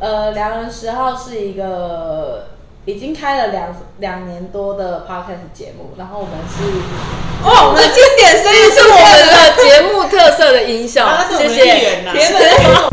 呃，良人十号是一个已经开了两两年多的 podcast 节目，然后我们是，哦，我们的经典声音是我们的，的节目特色的 音效啊，谢是我们的一谢。员呐。天哪，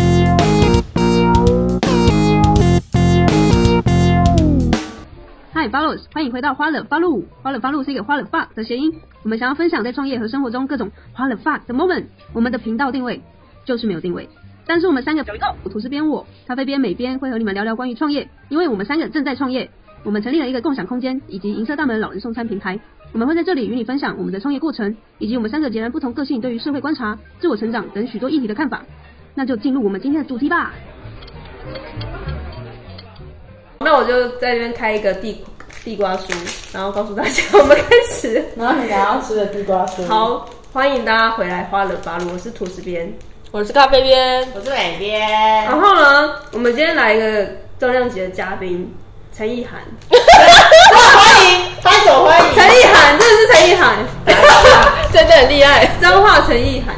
嗨，Follows，欢迎回到花了发露。花了发露是一个花了发的谐音，我们想要分享在创业和生活中各种花了发的 moment。我们的频道定位就是没有定位，但是我们三个有一个吐司边我、咖啡边美边会和你们聊聊关于创业，因为我们三个正在创业。我们成立了一个共享空间以及银色大门老人送餐平台，我们会在这里与你分享我们的创业过程，以及我们三个截然不同个性对于社会观察、自我成长等许多议题的看法。那就进入我们今天的主题吧。那我就在这边开一个地地瓜酥，然后告诉大家我们开始。 然后你想要吃的地瓜酥，，好，欢迎大家回来花了八路，我是吐司边。我是咖啡边，我是美边，然后呢，我们今天来一个重量级的嘉宾陈意涵， 欢迎，拍手欢迎。陈意涵，真的是陈意涵，真的很厉害。彰化陈意 涵，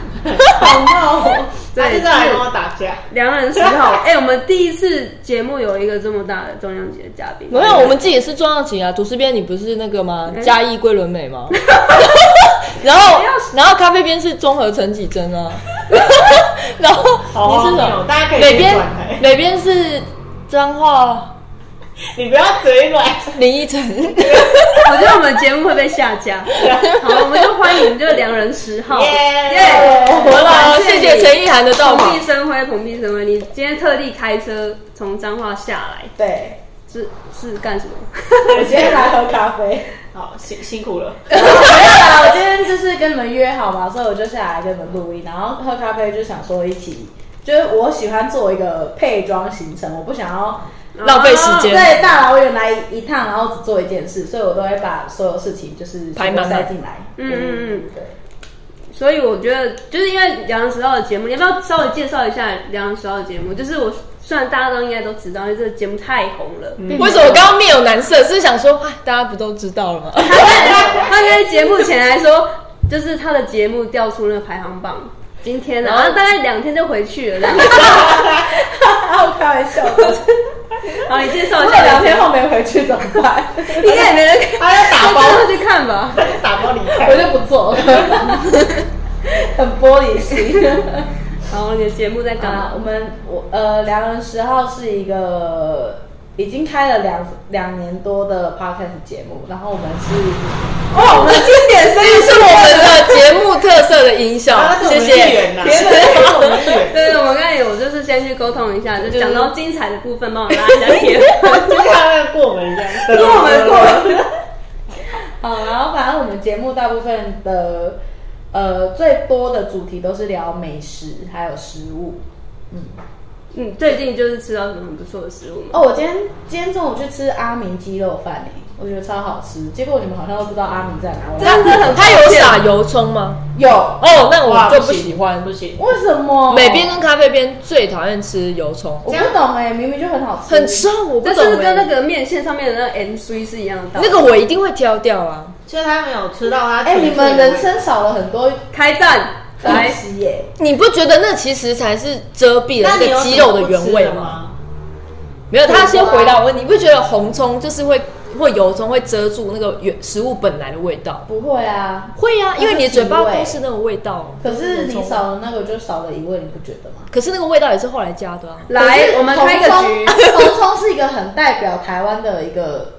好闹哦，他对就是来跟我打架，良人十号。哎、我们第一次节目有一个这么大的重量级的嘉宾，没有，我们自己是重量级啊。吐司边你不是那个吗？嗯嘉义桂纶镁 吗？然后，然后咖啡边是综合陈绮贞 啊。然后好荒你是什谬么？大家可以北边转台，北边是彰化你不要嘴软。林依晨。 我觉得我们节目会被下 架。好，我们就欢迎这个良人十号，耶回来了，感谢你谢陈意涵的到蓬访荜。生辉，蓬荜生辉！你今天特地开车从彰化下来，对，是是干什么？我今天来喝咖啡，好，辛辛苦了。没有啦，我今天就是跟你们约好嘛，所以我就下来跟你们录音，然后喝咖啡就想说一起，就是我喜欢做一个配装行程，我不想要。 浪费时 啊间对，大老远来一趟，然后只做一件事，所以我都会把所有事情就是排全满部塞满进来。嗯嗯嗯对。所以我觉得，就是因为梁人十号的节目，你要不要稍微介绍一下梁人十号的节目？就是我虽然大家都应该都知道，因为这个节目太红了，为什么刚刚面有难色？是想说，哎，大家不都知道了吗？他在 他在节目前来说，就是他的节目调出那个排行榜，今天啊，然后大概两天就回去了 这样。我开玩笑的， 好，你介绍我一这下两梁天后没回去怎么办？ 应该也没人看，他在打 包，大家去看吧。他在打包离 我开。就不做了，很玻璃心。好，你的节目在干啊，嘛我？们我呃，良人十号是一个已经开了两两年多的 podcast 节目，然后我们是，哦，我们经典声音 是我们的节目特色的音效啊，，谢他是我们的一谢。员呐。天哪他是我们的一员。对，我们刚才有就是先去沟通一下，就讲到精彩的部分，帮我拉一下贴。就像他在过我们一样。过我们过我们。好，然后反正我们节目大部分的呃最多的主题都是聊美食还有食物。嗯，最近就是吃到什么很不错的食物吗？哦，我今天今天中午去吃阿明鸡肉饭诶、我觉得超好吃，结果你们好像都不知道阿明在哪。我真的很他有撒油葱吗？有哦，那我哇就不不行喜欢。不行，为什么？美边跟咖啡边最讨厌吃油葱，我不懂哎、明明就很好吃，很重，我不这懂是不是跟欸那个面线上面的那个 M C 是一样的道理？那个我一定会挑掉啊。所以他没有吃到他。哎、你们人。生少了很多开战东来，西耶、你不觉得那其实才是遮蔽了那那你有个什么鸡肉的不原吃味的吗？吗？没有，他先回答我问题，你不觉得啊红葱就是会或油葱会遮住那个原食物本来的味道？不会啊，会呀、啊，因为你的嘴巴它是提味都是那个味道。可是油你葱少了那个就少了一味，你不觉得吗？可是那个味道也是后来加的啊。来可，是我们开一个红局。葱红葱是一个很代表台湾的一个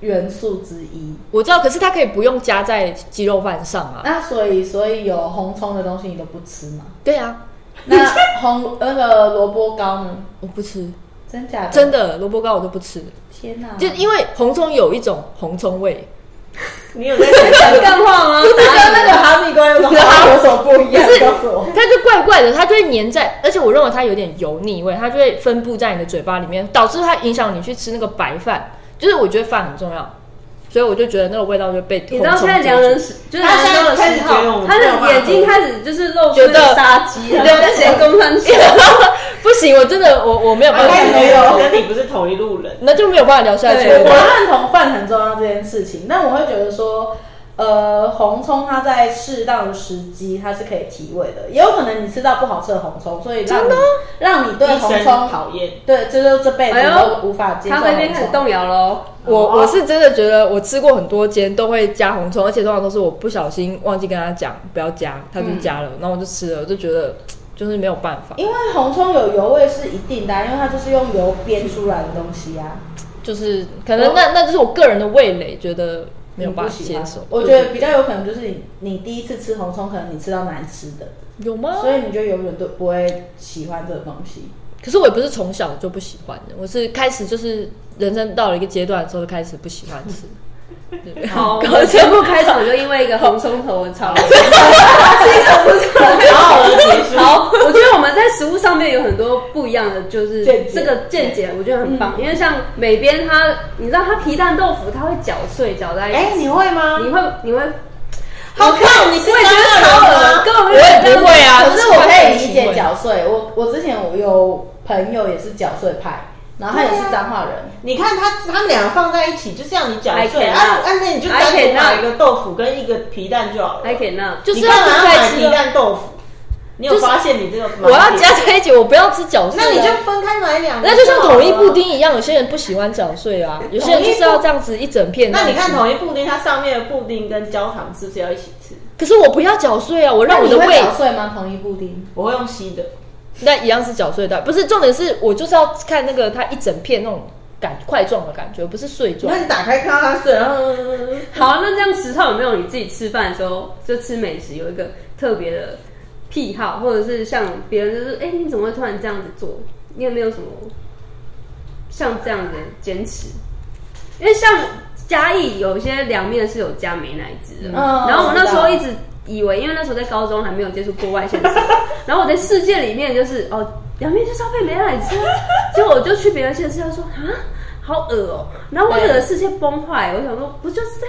元素之一，我知道，可是它可以不用加在鸡肉饭上啊。那所以所以有红葱的东西你都不吃吗？对啊，那红那个萝卜糕呢？我不吃，真假的？真的萝卜糕我都不吃，天哪、就因为红葱有一种红葱味。你有在讲干话吗？这跟那个哈密瓜有什么有什么不一样？可是告诉我。它就怪怪的，它就会粘在，而且我认为它有点油腻味，它就会分布在你的嘴巴里面，导致它影响你去吃那个白饭。就是我觉得饭很重要，所以我就觉得那个味道就被你知道红现葱在遮良人住十就是良人的十他现在开始觉得我号，们他的眼睛开始就是露出那觉个得杀机，啊然对后在闲工商笑。 不行，我真的我我 没有办他法看哎起没聊，有来跟你不是同一路人。 那就没有办法聊下去对我了。认同饭很重要这件事情，但我会觉得说，呃，红葱它在适当的时机它是可以提味的，也有可能你吃到不好吃的红葱，所以让你让你对一红生葱讨厌。对，这就是这辈子哎呦都无法接受咖红啡 边开始葱。动摇喽。我我是真的觉得，我吃过很多间都会加红葱，而且通常都是我不小心忘记跟他讲不要加，他就加了，然后我就吃了，我就觉得就是没有办法，因为红葱有油味是一定的啊、因为它就是用油煸出来的东西啊，就是可能那那就是我个人的味蕾，觉得没有办哦不法喜接欢受。我觉得比较有可能就是你你第一次吃红葱，可能你吃到难吃的，有吗？所以你就永远都不会喜欢这个东西。可是我也不是从小就不喜欢的，我是开始就是人生到了一个阶段的时候就开始不喜 欢吃。 好，我们节目开场就因为一个红葱头而吵架，然后我就结束。好，我觉得我们在食物上面有很多不一样的，就是见解这个见解，我觉得很棒。因为像美边它，你知道它皮蛋豆腐，它会搅碎搅在一起，哎，你会吗？你会你会好看，你是我也觉得超啊恶，根本没有我也不人这样会啊可是我可以理就是解会搅碎，我我之前我有朋友也是搅碎派，然后他也是彰化人，你看他他们两个放在一起，就像你搅 I 碎， cannot 啊，啊那你就 I 单独 cannot 买一个豆腐跟一个皮蛋就好了。 ，I cannot。就是你要干嘛要买吃皮蛋豆腐？你有发现你这个？我要加，在一起，我不要吃饺碎、啊。那你就分开买两个。那就像统一布。丁一样，有些人不喜欢搅碎啊，有些人就是要这样子一整片这那样你吃。看统一布丁，它上面的布丁跟焦糖是不是要一起吃？可是我不要搅碎啊，我那让我你的会胃搅碎吗？同一布丁？我会用吸的。那一样是搅碎的，不是重点是我就是要看那个它一整片那种感块状的感觉，不是碎状那。你打开看到 它碎，然后好，那这样石头有没有你自己吃饭的时候就吃美食有一个特别的癖好，或者是像别人就是哎、诶你怎么会突然这样子做？你有没有什么像这样的坚持？因为像嘉义有一些凉面是有加美乃滋的，嗯然后我那时我候知道一直以为，因为那时候在高中还没有接触过外县市，然后我在世界里面就是哦，凉面就是要配美乃滋啊，结果我就去别的县市，他说啊。好恶哦、然后我整个世界崩坏，我想说，不就是这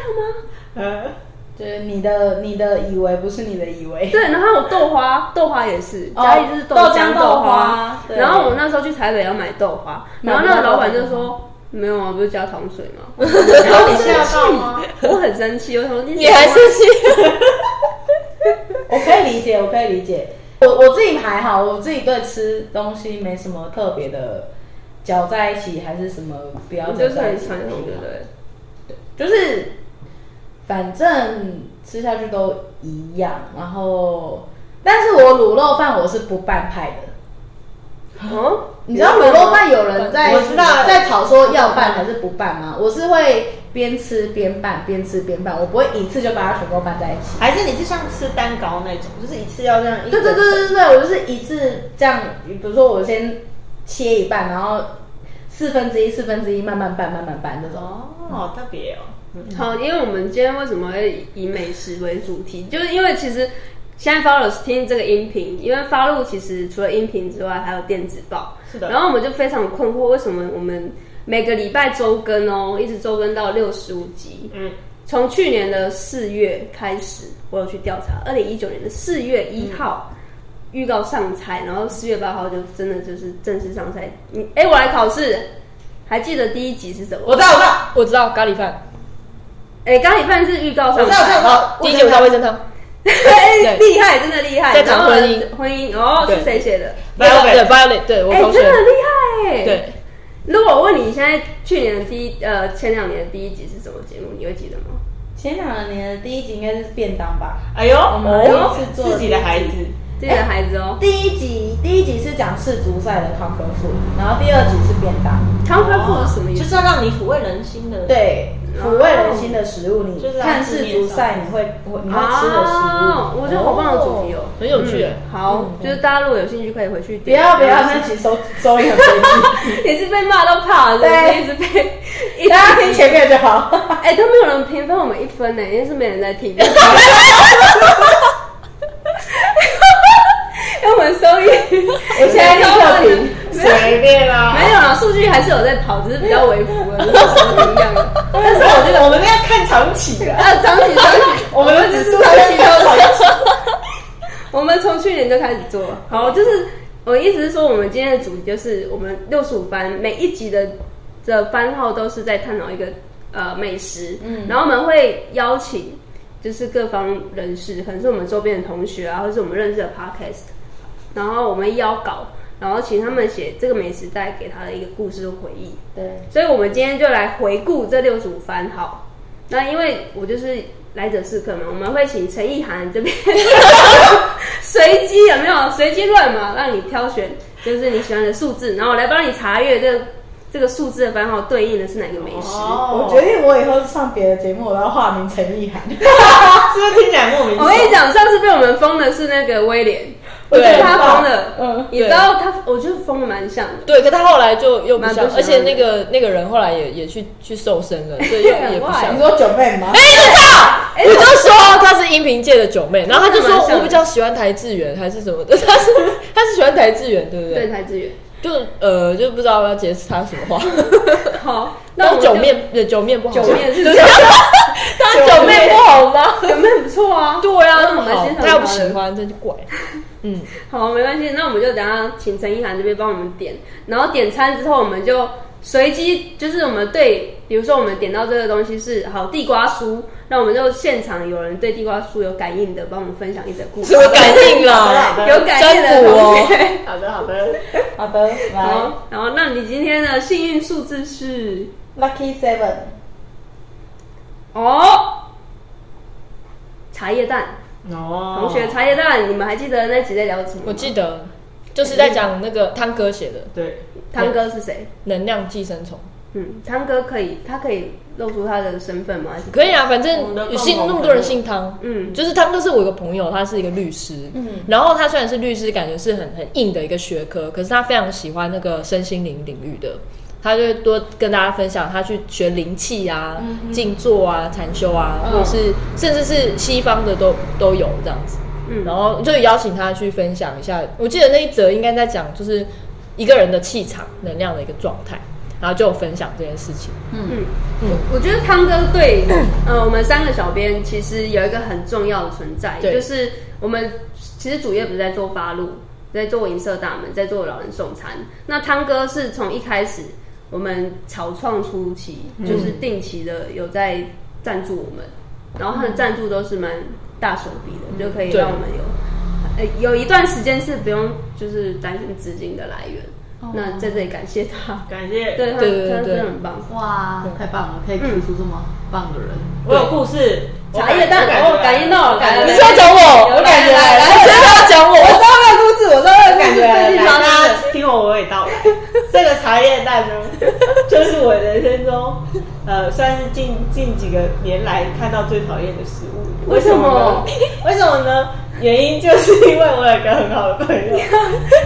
样吗？呃就是你的你的以为不是你的以为，对，然后还有豆花，豆花也是，哦家里就是豆浆浆豆豆花花。对然后我那时候去台北要买豆花，买然后不那个到老豆板就花说。没有啊，不是加糖水吗？ 我然后你吓到吗？我很生气，我想说你你还生气？我可以理解，我可以理解。我我自己还好，我自己对吃东西没什么特别的搅在一起，还是什么不要你就搅是在很一起传的统，对不对？就是反正吃下去都一样。然后，但是我卤肉饭我是不拌派的。哦，你知道卤肉饭有人在我知道在吵说要拌还是不拌吗？我是会边吃边拌，边吃边拌，我不会一次就把它全部拌在一起。还是你是像吃蛋糕那种，就是一次要这样一对整对整？对对对，我就是一次这样，比如说我先切一半，然后四分之一、四分之一慢慢拌、慢慢拌这种。哦，好特别哦。好，因为我们今天为什么会以美食为主题，就是因为其实现在 Follows 听这个音频，因为发录其实除了音频之外，还有电子报。是的然后我们就非常困惑，为什么我们每个礼拜周更哦，一直周更到六十五集。嗯，从去年的四月开始，我有去调查，二零一九年的四月一号。预告上菜，然后四月八号就真的就是正式上菜。你哎、我来考试，还记得第一集是什么？我知道，我知道，我知道咖喱饭，哎、咖喱饭是预告我上知道，我知菜道。，好，第一集我叫味噌汤，哎，对厉害，真的厉害。在谈然后婚姻婚姻哦，对是谁写的？对 Violet 对 Violet，对我哎，同真的很厉学，害哎。对，如果我问你现在去年的第一呃前两年的第一集是什么节目，你会记得吗？前两年的第一集应该是便当吧？哎呦，我们哦第一次做自己的孩子，自己的孩子哦第一集第一集是讲世足赛的 comfort food，然后第二集是便当， ，comfort food 是什么意哦就思？是要让你抚慰人心的。，对，抚慰人心的食物。你就是要看世足赛，你会你会你会吃的食物。啊我觉得好棒的主题哦，很有趣嗯好，就是大家如果有兴趣可以回去不点。要不要，那集收收音很 低， 也是被骂到怕了，对一直被。一直大家听前面就好。 哎，都没有人评分我们一分呢，因为是没人 在听。因为我们收益，我现在立刻停。随便啦。没有啦，数据还是有在跑，只是比较微幅而已，什么不 一样的。但是我觉得，我们要看长期的。啊，张起张起，我们只是我们从去年就开始做了。好，就是我意思是说，我们今天的主题就是我们六十五番每一集的的番号都是在探讨一个呃美食，嗯，然后我们会邀请就是各方人士，可能是我们周边的同学啊，或是我们认识的 podcast，然后我们邀稿，然后请他们写这个美食带给他的一个故事回忆。对，所以我们今天就来回顾这六十五番好。那因为我就是来者是客嘛，我们会请陈意涵这边 随机有没有随机乱码，让你挑选就是你喜欢的数字，然后我来帮你查阅这个这个数字的番号对应的是哪个美食。哦哦我决定我以后上别的节目，我要化名陈 意涵。是不是听起来莫名其我妙？跟你讲，上次被我们封的是那个威廉，对我觉得他封的，嗯你知道他，我觉得封的蛮像的。对，可他后来就又不蛮不像，喜欢而且那个那个人后来也也去去瘦身了，所以又也不像你。说九妹吗？哎我就说她是音频界的九妹，然后他就真的说蛮像的我比较喜欢台志远还是什么的，他是他是喜欢台志远，对不对，对？台志远。就呃就不知道要解释他什么话。好，那我那们九就面对九面不好，九 面是对啊九他九面不好吗？有没有很不错啊？对啊，那那我么们好欣，赏他要他不喜的欢那就 怪。嗯，好，没关系，那我们就等下请陈意涵这边帮我们点，然后点餐之后，我们就随机，就是我们对，比如说我们点到这个东西是好地瓜酥，那我们就现场有人对地瓜酥有感应的，帮我们分享一则故事什，么感应啦？有感应的占卜哦同学。好的好的，好的，来好，然后那你今天的幸运数字是 Lucky Seven，哦，茶叶蛋，哦同学茶叶蛋，你们还记得那集在聊什么吗？我记得就是在讲那个汤哥写的《对，汤哥是谁？能量寄生虫嗯，汤哥可以，他可以露出他的身份吗？还是》，可以啊，反我们正的共有同姓那么朋多人友姓汤，嗯，就是汤哥是我一个朋友，他是一个律师，嗯然后他虽然是律师，感觉是很很硬的一个学科，可是他非常喜欢那个身心灵领域的，他就会多跟大家分享他去学灵气啊、嗯静坐啊、禅修啊，嗯或者是甚至是西方的都都有这样子。嗯然后就邀请他去分享一下，我记得那一则应该在讲就是一个人的气场能量的一个状态，然后就有分享这件事情。嗯，嗯我我觉得汤哥对，呃，我们三个小编其实有一个很重要的存在，对就是我们其实主业不是在做发路，在做银色大门，在做老人送餐。那汤哥是从一开始我们草创初期，嗯就是定期的有在赞助我们，然后他的赞助都是蛮大手笔的，就可以对让我们有。呃，有一段时间是不用就是担心资金的来源，那在这里感谢他，感谢。对他，对对对他真的对很棒。哇，太棒了，可以提出这么棒的人。我有故事，茶叶蛋，哦，感应到了，感应到你是要了。讲我？有我感觉来来来我觉得他要讲我知我。道那个故事，我知道那个感觉最了。近来忙大家听我娓娓道来。这个茶叶蛋呢，就是我人生中，呃，算是近近几个年来看到最讨厌的食物。为什呢么？为什么呢？原因就是因为我有一个很好的朋友，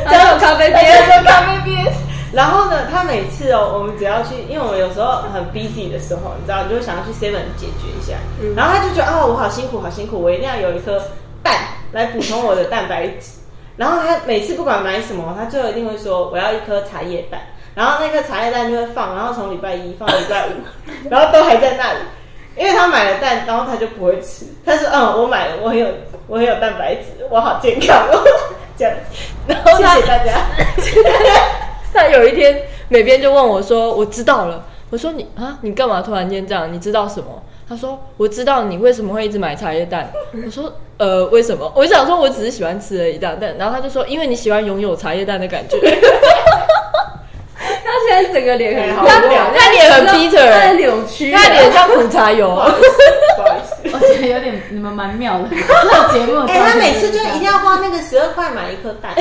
还有咖啡杯， 在咖啡边。 然后呢，他每次哦，我们只要去，因为我们有时候很 busy 的时候，你知道，你就会想要去 Seven 解决一下。然后他就觉得啊、我好辛苦，好辛苦，我一定要有一颗蛋来补充我的蛋白质。 然后他每次不管买什么，他最后一定会说我要一颗茶叶蛋。然后那颗茶叶蛋就会放，然后从礼拜一放到礼 拜五，然后都还在那里。因为他买了蛋，然后他就不会吃。他说：“嗯，我买了，我很有，我很有蛋白质，我好健康哦。” 这样子，然后谢谢大家。 他有一天，美编就问我说：“我知道了。”我说你：“啊，你干嘛突然间这样？你知道什么？”他说：“我知道你为什么会一直买茶叶蛋。”我说：“呃，为什么？”我就想说，我只是喜欢吃而已，这样。但然后他就说：“因为你喜欢拥有茶叶蛋的感 觉。他现在整个脸很好无聊他脸很 Peter 他很扭”曲，他脸像苦茶油。不好意思。我觉得有点你们蛮妙的，这个节目。哎、他每次就一定要花那个十二块买一颗蛋，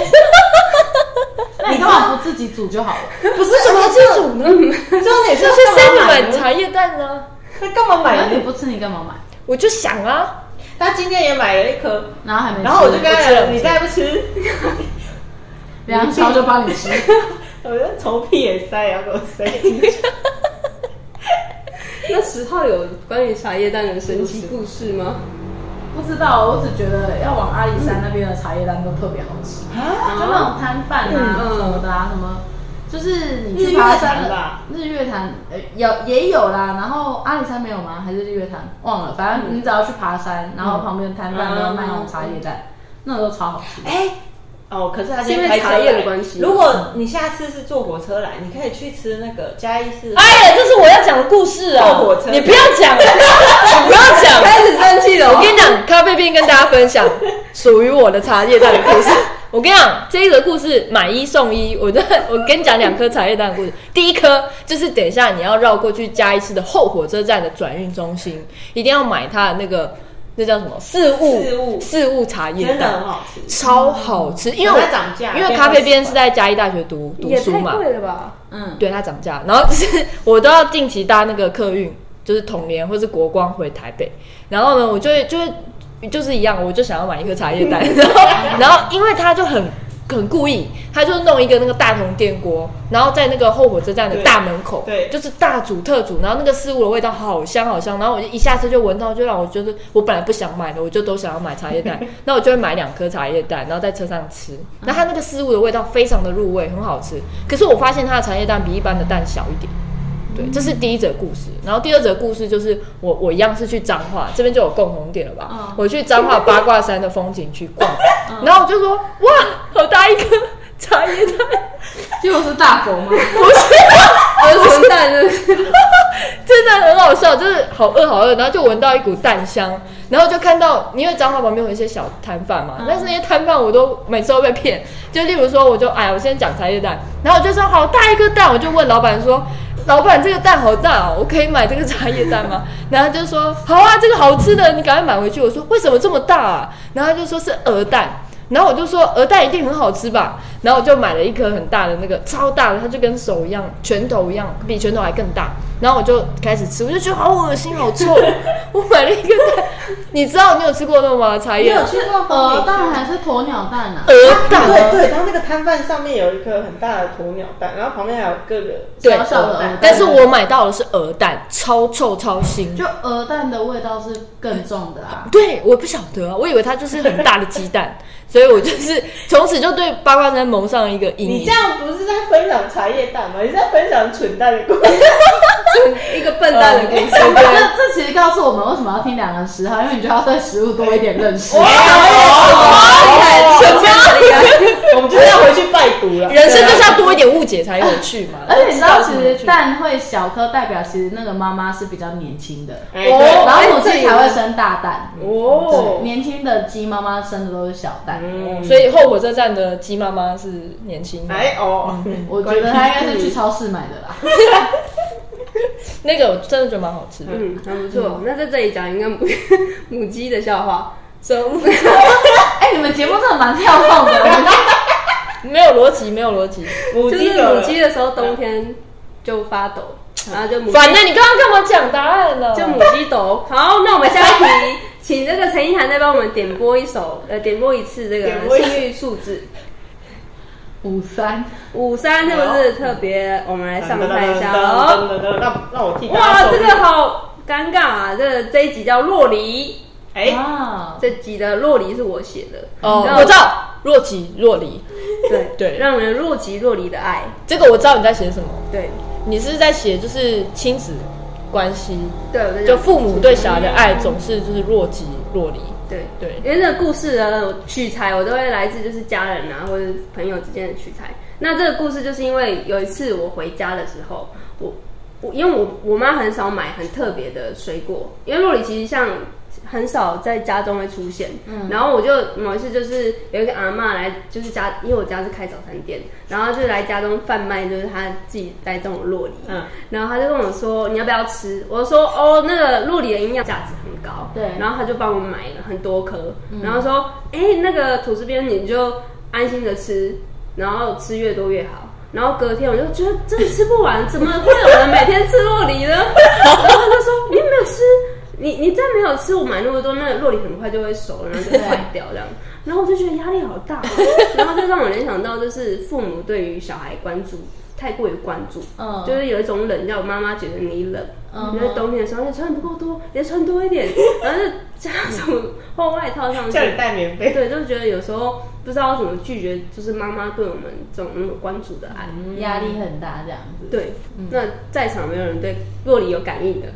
那你干嘛不自己煮就好了？不是什么这种呢？重点是就是干 seven 嘛买买呢？茶叶蛋呢？他干嘛哎买哎你呢？不吃你干嘛买？我就想啊，他今天也买了一颗，然后还没吃，然后我就跟他我吃了讲：“你再不吃，梁超就帮你吃。我就从屁眼塞也要给我塞进去。那十号有关于茶叶蛋的神奇故事吗？ 不知道，我只觉得要往阿里山那边的茶叶蛋都特别好吃。啊就那种摊贩啊嗯嗯什么的啊，什么就是你日去月爬山潭的吧日月潭，呃，有也有啦。然后阿里山没有吗？还是日月潭？忘了，反嗯啊正你只要去爬山，然后旁边摊贩都会卖那种茶叶蛋，那种都超好吃。哎，哦，可是他今天是因为开车来茶叶的关系如果你下次是坐火车来，你可以去吃那个嘉义市。哎呀，这是我要讲的故事啊！坐火车你不要讲，你不要讲，开始生气了。哦我跟你讲，咖啡边跟大家分享属于我的茶叶蛋的故事。我跟你讲，这一则故事买一送一，我真的我跟你讲两颗茶叶蛋的故事。第一颗就是等一下你要绕过去嘉义市的后火车站的转运中心，一定要买它的那个那叫什么四物四物四物茶叶真的哦很蛋，好吃，超好吃。因为我它涨价因为变咖啡边20是在嘉义大学读读也书太嘛，贵了吧？嗯，对它涨价，然后就是我都要定期搭那个客运，就是统联或是国光回台北。然后呢，我就会就会就是一样，我就想要买一颗茶叶蛋，然后然后因为他就很很故意，他就弄一个那个大铜电锅，然后在那个后火车站的大门口，对对就是大煮特煮，然后那个食物的味道好香好香，然后我就一下车就闻到，就让我觉得我本来不想买的，我就都想要买茶叶蛋，那我就会买两颗茶叶蛋，然后在车上吃。那它那个食物的味道非常的入味，很好吃。可是我发现它的茶叶蛋比一般的蛋小一点。对，这是第一则故事。然后第二则故事就是我我一样是去彰化，这边就有共同点了吧？嗯我去彰化八卦山的风景区逛，然后我就说哇，好大一颗茶叶蛋，结果是大 佛吗？ 儿童蛋就是 真的很好笑，就是好饿好饿，然后就闻到一股蛋香，然后就看到，因为彰化旁边有一些小摊贩嘛，但是那些摊贩我都每次都被骗，就例如说，我就哎呀，我先讲茶叶蛋，然后我就说好大一颗蛋，我就问老板说，老板这个蛋好大哦，我可以买这个茶叶蛋吗？然后他就说好啊，这个好吃的，你赶快买回去。我说为什么这么大啊？然后他就说是鹅蛋。然后我就说鹅蛋一定很好吃吧，然后我就买了一颗很大的那个超大的，它就跟手一样，拳头一样，比拳头还更大。然后我就开始吃，我就觉得好恶心，好 臭。我买了一个蛋，你知道你有吃过那种吗？茶你叶有去过风哦鹅景蛋还是鸵鸟蛋啊？鹅蛋，对对，它那个摊贩上面有一颗很大的鸵鸟蛋，然后旁边还有各个对小小的鹅蛋但是我买到的是鹅蛋，超臭超腥。就鹅蛋的味道是更重的 啊。对，我不晓得啊，我以为它就是很大的鸡蛋， 所以我就是从此就对八卦山蒙上一个阴你影这。样不是在分享茶叶蛋吗？你是在分享蠢蛋的故事。一个笨蛋的故事。这这其实告诉我们为什么要听两人十号，因为你就要对食物多一点认识。全家里啊，我们就是要回去拜读了。人生就是要多一点误解才有趣嘛。啊 而且你知道，其知道实蛋会小颗，代表其实那个妈妈是比较年轻的，哎哦对然后母亲才会生大蛋。对，哦，年轻的鸡妈妈生的都是小蛋。嗯，所以后火车站的鸡妈妈是年轻的，哎哦，我觉得她应该是去超市买的啦。那个我真的觉得蛮好吃的。嗯，很不错。那在这里讲一个母母鸡的笑话，什 么哎，你们节目真的蛮跳动的，我们 没有逻辑，没有逻辑。母就是鸡有母了鸡的时候冬天就发抖，然后就母鸡反正你刚刚干嘛讲答案了？就母鸡抖。好，那我们下一题，请这个陈意涵再帮我们点播一首，呃，点播一次这点个播一次幸运数字五三，五三，是不是特别？我们来上看一下哦。让让我替大家哇，手这语个好尴尬啊！这个这一集叫洛梨，哎，啊，这集的洛梨是我写的哦，我知，道，若即若离，对对让人若即若离的爱，这个我知道你在写什么。对你是在写就是亲子关系，对，我在讲就父母对小孩的爱总是就是若即若离。对对因为这个故事呢，取材我都会来自就是家人啊或者朋友之间的取材。那这个故事就是因为有一次我回家的时候，我我因为我我妈很少买很特别的水果，因为洛里其实像很少在家中会出现。嗯，然后我就某一次就是有一个阿嬷来，就是家因为我家是开早餐店，然后就来家中贩卖，就是她自己栽种的洛梨。嗯，然后她就跟我说你要不要吃？我说哦，那个洛梨的营养价值很高。对然后他就帮我买了很多颗，然后说哎、那个吐司边你就安心的吃，然后吃越多越好。然后隔天我就觉得真的吃不完，怎么会有人每天吃洛梨呢？ 然后他说你有没有吃？你你再没有吃，我买那么多，那个洛梨很快就会熟了，然后就坏掉这样。然后我就觉得压力好大哦、然后就让我联想到就是父母对于小孩关注太过于关注，嗯就是有一种冷，叫妈妈觉得你冷，嗯你在冬天的时候你穿不够多，你要穿多一 点，然后就加什么厚外套上去，叫你带棉被。对，就觉得有时候不知道怎么拒绝，就是妈妈对我们这种那种关注的爱。压力很大这样子。嗯对，那在场没有人对洛里有感应的，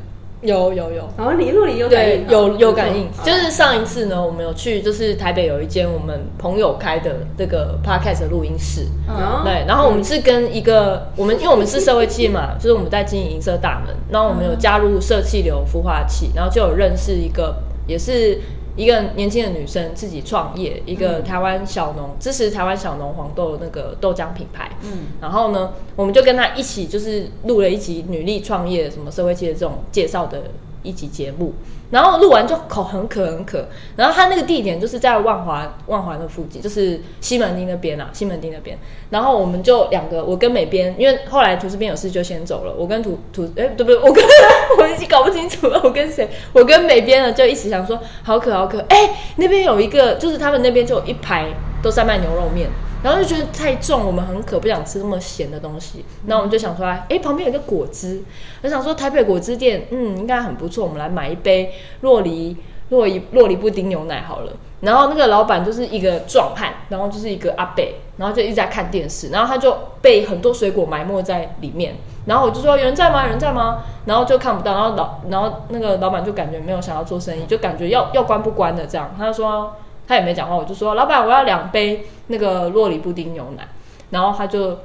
有有有，然后你路里有感对应，，啊有有感不错应。就是上一次呢，我们有去就是台北有一间我们朋友开的这个 podcast 的录音室，嗯然后对，然后我们是跟一个我们因为我们是社会企业嘛，就是我们在经营银色大门，然后我们有加入社气流孵化器，然后就有认识一个也是一个年轻的女生自己创业，一个台湾小农支持台湾小农黄豆那个豆浆品牌，嗯，然后呢，我们就跟他一起就是录了一集女力创业什么社会企业这种介绍的一集节目，然后录完就口很渴很渴，然后他那个地点就是在万华万华的附近，就是西门町那边啊，西门町那边。然后我们就两个，我跟美编，因为后来图这边有事就先走了，我跟图图哎对不对？我跟 我已经搞不清楚了，我跟谁？我跟美编呢就一起想说好渴好渴，哎那边有一个就是他们那边就有一排都在卖牛肉面。然后就觉得太重，我们很渴，不想吃那么咸的东西。然后我们就想说，哎，旁边有一个果汁，我想说台北果汁店，嗯，应该很不错，我们来买一杯洛梨洛梨洛梨布丁牛奶好了。然后那个老板就是一个壮汉，然后就是一个阿伯，然后就一直在看电视，然后他就被很多水果埋没在里面。然后我就说有人在吗？有人在吗？然后就看不到，然后老然后那个老板就感觉没有想要做生意，就感觉要要关不关的这样。他就说他也没讲话，我就说老板我要两杯那个洛梨布丁牛奶，然后他就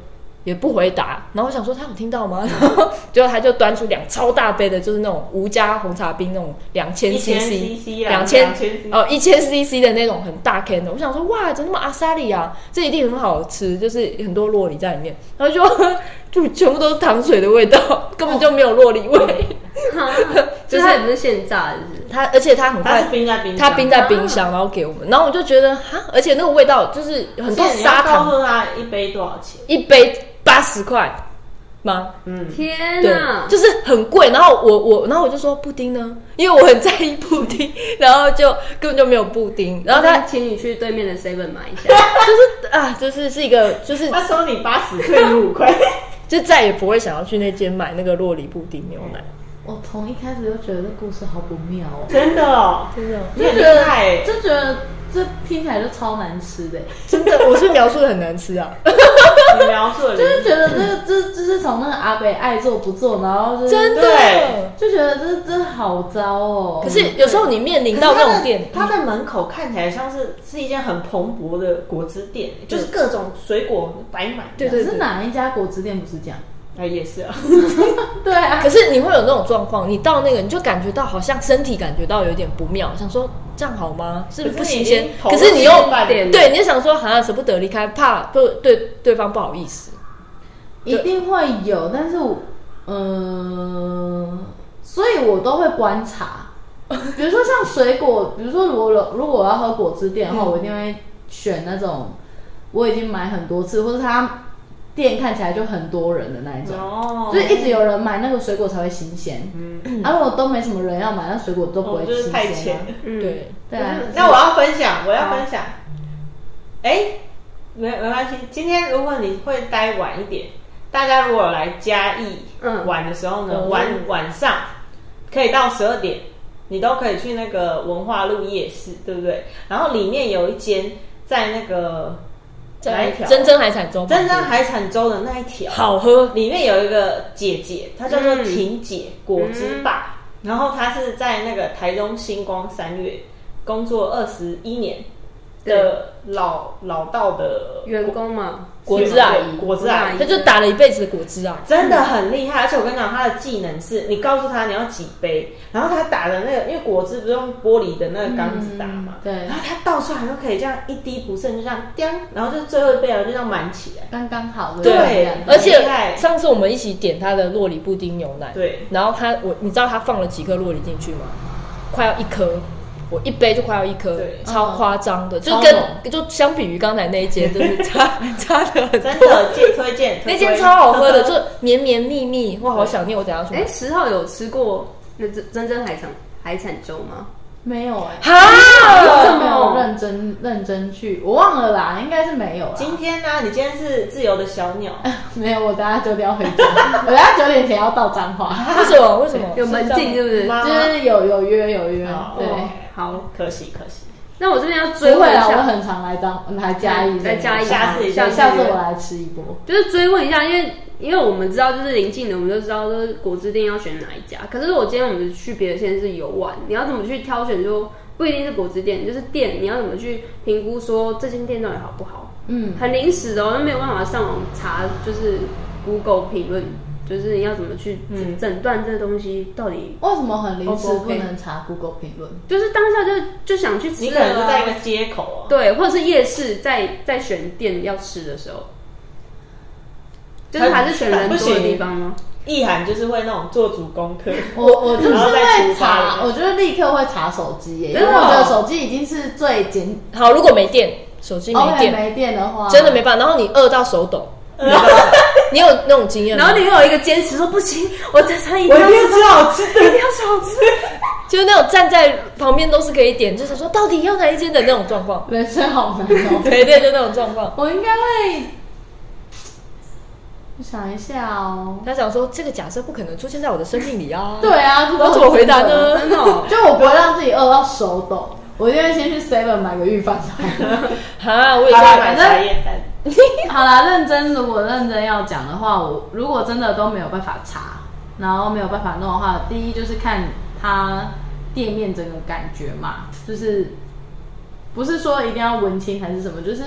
也不回答，然后我想说他有听到吗？ 然后结果他就端出两超大杯的，就是那种吴家红茶冰那种两千 CC， 1000cc 啦两千2000 cc 哦一千 CC 的那种很大 can 的，我想说哇，怎么那么阿萨里啊？这一定很好吃，就是很多洛梨在里面，然后就 就全部都是糖水的味道，根本就没有洛梨味。啊 就是它也不是现榨，就是它而且它很它快是冰在冰箱，它冰在冰箱，然后给我们，然后我就觉得哈，而且那个味道就是很多而且你要砂告糖，诉他一杯多少钱？一杯八十块吗？嗯，天对哪，，就是很贵。然后我我然后我就说布丁呢，因为我很在意布丁， 然后就根本就没有布丁。然后他他 请你去对面的 Seven 买一下，啊，就是是一个就是他收你八十，退你五块。就再也不会想要去那间买那个洛梨布丁牛奶。我从一开始就觉得这故事好不妙哦，真的哦，真的你很厉害欸就觉得这听起来就超难吃的，欸真的，我是描述的很难吃 啊，你描述的就人是觉得这这就是从那个阿北爱做不做，然后就是真的对。就觉得这这好糟哦。可是有时候你面临到那种店，它的门口看起来像是是一间很蓬勃的果汁店，就是各种水果摆满。对可是哪一家果汁店不是这样？啊，也是啊，对啊， 可是你会有那种状况，你到那个你就感觉到好像身体感觉到有点不妙，想说这样好吗？是不是不新鲜？可可是是你你已经又投入了点对，你就想说好像舍不得离开，怕不对对方不好意思。一定会有，但是我，嗯，所以我都会观 察，比如说像水果，比如说如果我如果我要喝果汁店的嗯话，我一定会选那种我已经买很多次，或者它店看起来就很多人的那一种。哦就是一直有人买那个水果才会新鲜，嗯，啊，如果都没什么人要买，那水果都不我会哦就新鲜、是啊。太浅了。嗯，对，对啊，那我要分享，我要分享。哎，没没关系，今天如果你会待晚一点，大家如果来嘉义嗯玩的时候呢，嗯晚晚上可以到十二点，你都可以去那个文化路夜市，对不对？然后里面有一间在那个哪一条真真海产粥，真正海产粥的那一条，好喝，里面有一个姐姐，她叫做嗯婷姐，果汁爸。然后她是在那个台中星光三月工作二十一年的老老道的员工嘛，果汁阿对姨，果汁啊阿他姨啊就打了一辈子的果汁啊，真的很厉害。而且我跟你讲，她的技能是你告诉她你要几杯，然后她打的那个，因为果汁不是用玻璃的那个缸子打嘛，嗯对然后她倒出来就可以这样一滴不剩，就这样叮，然后就最后一杯然后就这样满起 来。刚刚好的对这样子而很且厉害上次我们一起点他的洛梨布丁牛奶，对然后他我你知道他放了几颗洛梨进去吗？快要一颗，我一杯就快要一颗对，超夸张的，就超跟就相比于刚才那一间，就是差差的很真多。的，荐推荐那间超好喝的，就这绵绵密密，哇，好想念！我等一下去哎，买。十号有吃过那真真正海产海产粥吗？没有哎、哈，我没有认真认真去，我忘了啦，应该是没有啦。今天呢、你今天是自由的小鸟， 没有，我等下九点要回家，我等下九点前要到彰化，为什么？为什么？有门禁是不是？妈就是有有约有约，好对。哦好，可惜可惜，那我这边要追不会问一啦，我下，很常来彰来嘉义，再加一下次下下也下下次次我来吃一波。就是追问一下，因为因为我们知道就是临近的，我们就知道说果汁店要选哪一家。可是如果今天我们去别的县市游玩，你要怎么去挑选就不一定是果汁店，就是店你要怎么去评估说这间店到底好不好？嗯，很临时的、哦，那没有办法上网查，就是 Google 评论，就是你要怎么去嗯诊断这个东西到底，为什么很临时 O 不不 OK 能查 Google 评论？就是当下就就想去吃你可了能就啊在一个街口啊，对，或者是夜市在在选店要吃的时候，就是还是选人不多的行地方吗？意涵就是会那种做足功 课， 我我就是然后再会出发查，我觉得立刻会查手机耶，因真为的我哦的手机已经是最简好，如果没电，手机没 OK 电，哦没电的话，真的没办法。然后你饿到手抖， 你有那种经验吗？然后你又有一个坚持说不行，我这餐一定嗯我一要定要吃吃好吃的，一定要吃好吃。就是那种站在旁边都是可以点，就是说到底要哪一间的那种 状况。人生好难哦。 对对，就那种状况。我应该会，我想一下哦。他想说，这个假设不可能出现在我的生命里啊。对，啊，我要怎么回答？呢？真的哦、就我不会让自己饿到手抖，我一定会先去 Seven 买个预饭 团。啊，我也好是啦，要买茶叶蛋，好啦，认真，如果认真要讲的话，我如果真的都没有办法查，然后没有办法弄的话，第一就是看它店面整个感觉嘛，就是不是说一定要文青还是什么，就是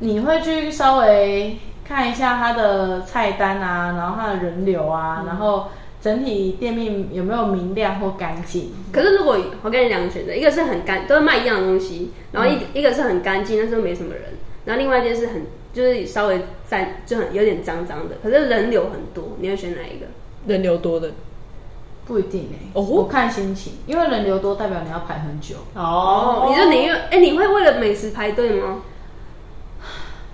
你会去稍微看一下它的菜单啊，然后它的人流啊，然后整体店面有没有明亮或干净。可是如果我跟你两个选择，一个是很干，都是卖一样的东西，然后一、嗯一个是很干净，但是没什么人，然后另外一件是很就是稍微脏，就很有点脏脏的，可是人流很多，你会选哪一个？人流多的，不一定哎、哦我看心情，因为人流多代表你要排很久。哦你就宁愿哎，你会为了美食排队吗？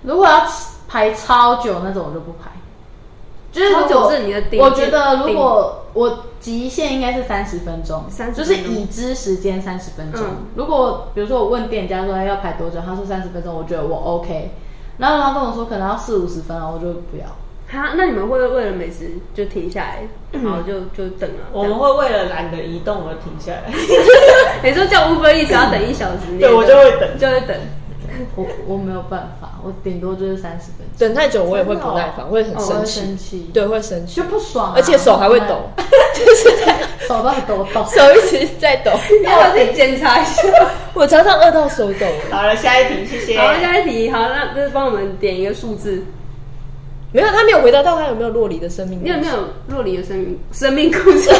如果要吃排超久那种，我就不排。就是如果超久是你的顶我觉得如顶果我极限应该是三十分钟， 30就是分钟已知时间三十分钟。嗯如果比如说我问店家说哎要排多久，他说三十分钟，我觉得我 OK。然后他跟我说可能要四五十分钟，我就不要。哈，那你们会为了美食就停下来，然后就就等啊了？我们会为了懒得移动而停下来。每次叫 Uber 一直要等一小时，你也对我就会等就会等。 我我没有办法，我顶多就是三十分钟，等太久我也会不耐烦，会很哦我生会气生，气，对，会生气哦就，不爽啊、而且手还会抖， 就是在手都很抖 抖。手一直在抖。要我去检查一下。我常常饿到手抖。好了，下一题，谢谢。好，下一题，好，那就是帮我们点一个数字。没有，他没有回答到他有没有洛梨的生命故你事。有没有若离的生命生命故 事？是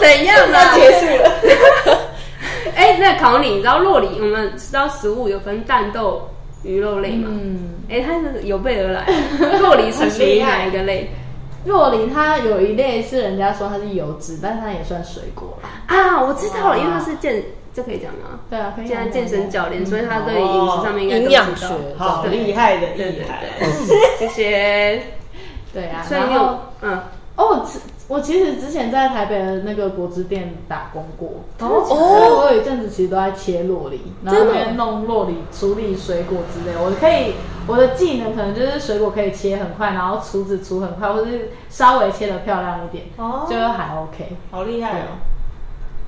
怎样 啊？结束了。 哎、那考你，你知道洛梨，我们知道食物有分蛋豆、鱼肉类嘛？嗯，哎、它是有备而来。洛梨是属于哪一个类若琳它有一类是人家说它是油脂，但是它也算水果啦。啊？我知道了，因为它是健，这可以讲吗？对啊，可以现在健身教练，所以他对哦饮食上面应该都知营道养学？好厉害的对意对涵，对，谢谢。对啊，所以然你后有嗯，哦，我之我其实之前在台北的那个果汁店打工过，所以哦，我有一阵子其实都在切洛梨，然后那边弄洛梨处理水果之类。我可以我的技能可能就是水果可以切很快，然后厨子厨很快，或是稍微切的漂亮一点，哦就还 OK。好厉害哦！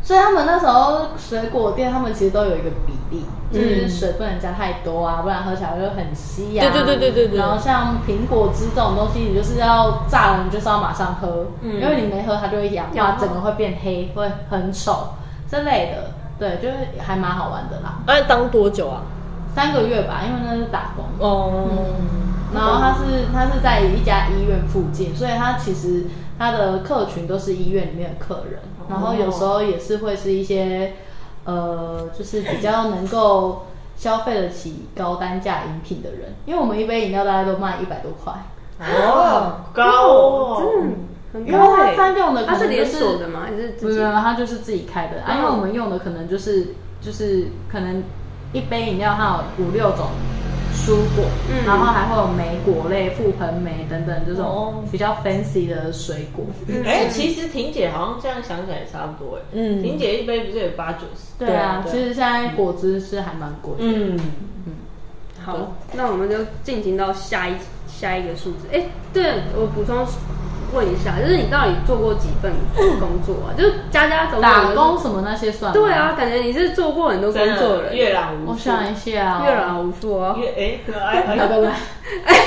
所以他们那时候水果店，他们其实都有一个比例，嗯就是水不能加太多啊，不然喝起来就很稀啊。对对对对对对然后像苹果汁这种东西，你就是要榨了，你就是要马上喝，嗯因为你没喝它就会氧氧化，化整个会变黑，会很丑之类的。对，就是还蛮好玩的啦。那当多久啊？三个月吧，因为那是打工。哦，然后他是他是在一家医院附近，所以他其实他的客群都是医院里面的客人，哦然后有时候也是会是一些呃，就是比较能够消费得起高单价饮品的人，因为我们一杯饮料大概都卖一百多块，哦，高哦，真的因为很高哎、他啊在用的可它能是就连锁是的吗？还是不自是己？他就是自己开的啊，因为我们用的可能就是就是可能一杯饮料它有五六种蔬果，嗯然后还会有莓果类、覆盆莓等等这哦种比较 fancy 的水果。嗯哎，其实婷姐好像这样想起来也差不多哎。嗯婷姐一杯不是也八九十？对啊，对其实现在果汁是还蛮贵的。嗯，好，那我们就进行到下一下一个数字。哎、对我补充问一下，就是你到底做过几份工作啊？就是家家总总打都是工。什么那些算吗对，啊，感觉你是做过很多工真作的的人，月朗无数。我想一下、哦， 月老无数哦。 月哎，可爱，拜拜，哎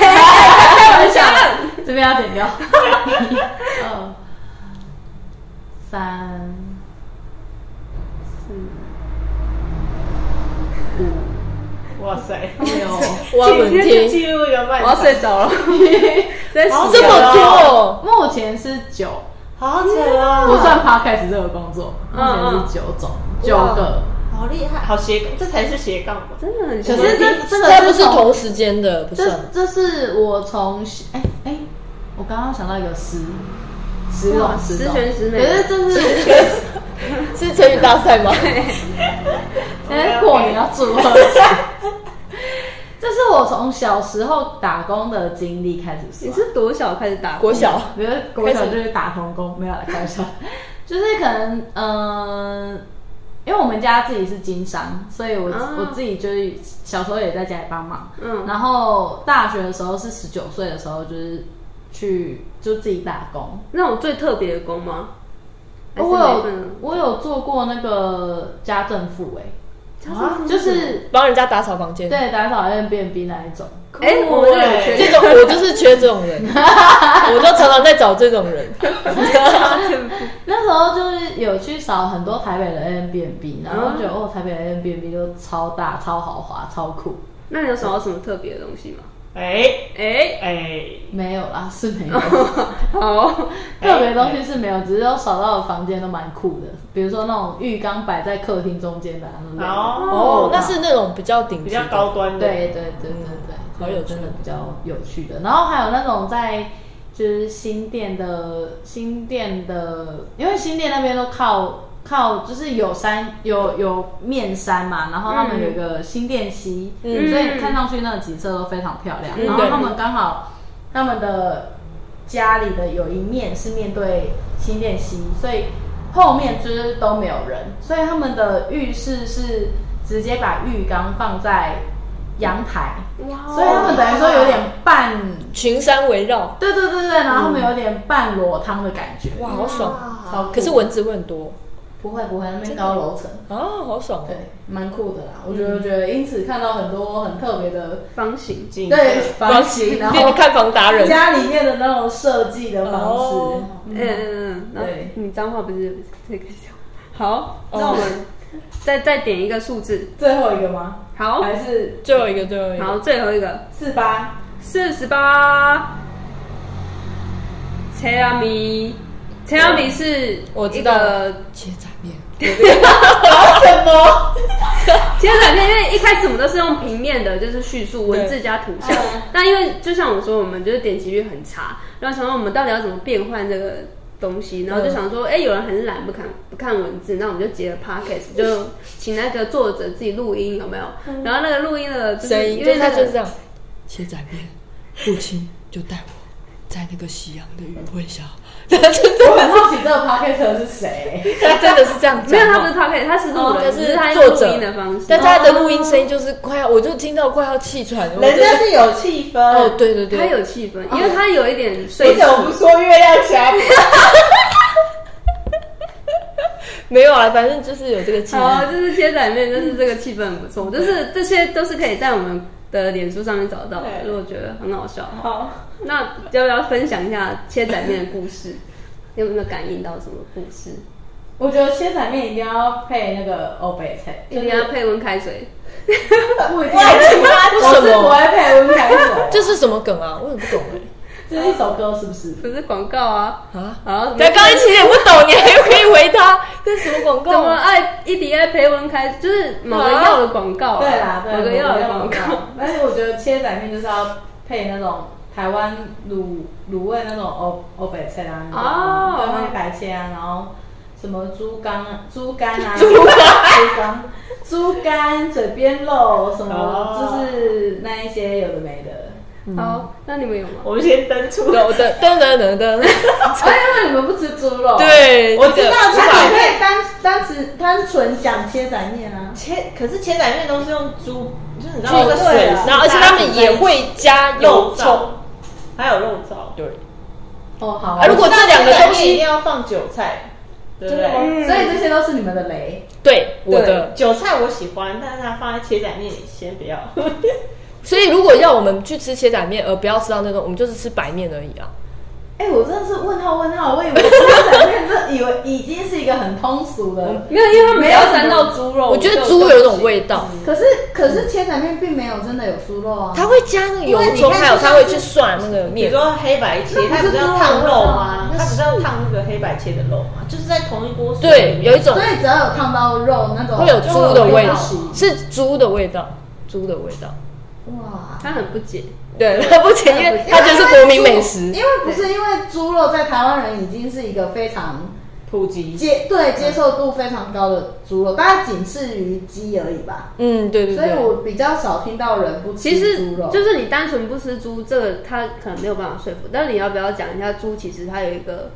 开玩笑， 这边要剪 掉。二嗯三嗯哇塞，六，挖轮这听，记录有半我要场，睡着了。在数这么多，目前是九，哦好扯啊！不算 podcast 这个工作，目前嗯是九种，九个。好厉害，好斜杠，这才是斜杠吧？真的很可可是这这个它不是从同时间的，不这算。这是我从哎哎，我刚刚想到一个十十种哇十十种，全十美可是这 是是成语大 赛吗？哎过年要祝贺 一下。这是我从小时候打工的经历开始你算，是多小开始打国小比如国小就是打童工，没有啦开 玩笑，就是可能嗯、呃因为我们家自己是经商，所以我、啊我自己就是小时候也在家里帮忙，嗯然后大学的时候是十九岁的时候就是去就自己打工，那种最特别的工吗？还哦是我每有啊份我有做过那个家政妇哎、啊就是帮人家打扫房间。对打扫 N B N B 那一种，哎，我们这有这缺种我就是缺这种人， 我就常常在找这种人。那时候就是有去扫很多台北的 N B N B，然后觉得、哦台北的 N B N B 都超大、超豪华、超酷，那你有想到什么特别的东西吗？哎哎，哎，没有啦，是没有。好， 特别的东西是没有，只是都扫到的房间都蛮酷的，比如说那种浴缸摆在客厅中间的、啊、那种。好，哦，那是那种比较顶级比的较高嗯端的，对对对对对，好有趣真的比较有趣的。然后还有那种在就是新店的新店的，因为新店那边都靠靠就是有山有有面山嘛，然后他们有一个新店溪，嗯所以看上去那个景色都非常漂亮。嗯然后对他们刚好他们的家里的有一面是面对新店溪，所以后面就是都没有人，所以他们的浴室是直接把浴缸放在阳台，哦哇哦所以他们等于说有点半，群山围绕，对对对对，然后他们有点半裸汤的感觉，哇，好爽！超酷啊可是蚊子会很多不会不会，那边高楼层。啊，好爽！对，蛮酷的啦，我觉得觉得，因此看到很多很特别嗯的方形景对房型，然变后成看房达人，家里面的那种设计的方式哦，嗯嗯嗯，然后对你脏话不是这个小。好，那我们再再点一个数字。最后一个吗？好，还是最后一个，最后一个，好，最后一个四八？四十八。切拉米，切拉米是我一知道个切仔面，其实短片因为一开始我们都是用平面的，就是叙述文字加图像。嗯那因为就像我说，我们就是点击率很差，然后想说我们到底要怎么变换这个东西，然后嗯就想说，哎、有人很懒不看不看文字，那我们就结了 podcast，就 请那个作者自己录音，有没有？然后那个录音的，就是嗯声音，因就为是他那就个是这样，切仔面，父亲就带我在那个夕阳的余晖下，他就我真很好奇这个 podcast 是谁，他 真的是这样讲，没有，他不是 podcast，他是录哦的，他是只是他用作录者音的方式。但他的录音声音就是快要，我就听到快要气喘，我人真家的是有气氛，哦，对对对，他有气氛，因为他有一点睡你气怎。么不说月亮侠？没有啊，反正就是有这个气啊好，氛。哦就是切仔面，就是这个气氛很不错，就是这些都是可以在我们的脸书上面找到的，对如果觉得很好笑。好，那要不要分享一下切仔面的故事？ 有没有感应到什么故事？我觉得切仔面一定要配那个欧贝菜，一定要配温开水，不一定，我是不会配温开 水，这是什么梗啊？我也不懂这是一首歌是不是？不是广告啊。哎、啊！好，才刚一起也不懂，你还可以回他？这是什么广怎告么啊？爱一迪爱配温开，就是某个药的广告啊、对啦，对，某个药的广告。。 但是我觉得切仔面就是要配那种台湾卤卤味那种欧欧北菜啊，哦对，会白切啊，然后什么猪肝啊、猪肝 啊、猪肝、猪肝、嘴边肉什么，就哦是那一些有的没的。好，那你们有吗？我们先登出，噔噔噔噔噔，哎，因为你们不吃猪肉，， 对，我这个知道那你可以单单吃单纯讲切仔面啊。切，可是切仔面都是用猪，就是你知道哦那对个水啊，然后而且他们也会加肉油燥葱，，还有肉燥。对，哦，好啊啊，如果这两个东一定西，要放韭菜，对不真的吗对？嗯所以这些都是你们的雷。对我对的，韭菜我喜欢，但是它放在切仔面里先不要。所以如果要我们去吃切仔面，而不要吃到那种，我们就是吃白面而已啊。哎、我真的是问号问号，我以为这两天这以为已经是一个很通俗嗯的，没有，因为他们没有沾到猪哦肉，我觉得猪有一种味道，嗯可是可是切仔面并没有真的有猪肉啊，它会加那个油因为你葱，看还有就像它会是去涮那个你面。说黑白切，它不是要烫肉吗？它不是要烫那个黑白切的肉吗？就是在同一锅水里对，面有一种所以只要有烫到肉那种会有猪的就味道会有，是猪的味道，猪的味道。哇。他很不解，对，它 不仅因为它就是国民美食因，为不是因为猪肉在台湾人已经是一个非常普及。接对接受度非常高的猪肉，大概仅次于鸡而已吧。嗯，对对所以对，我比较少听到人不其吃实猪肉，就是你单纯不吃猪，这个他可能没有办法说服。但是你要不要讲一下猪？其实它有一个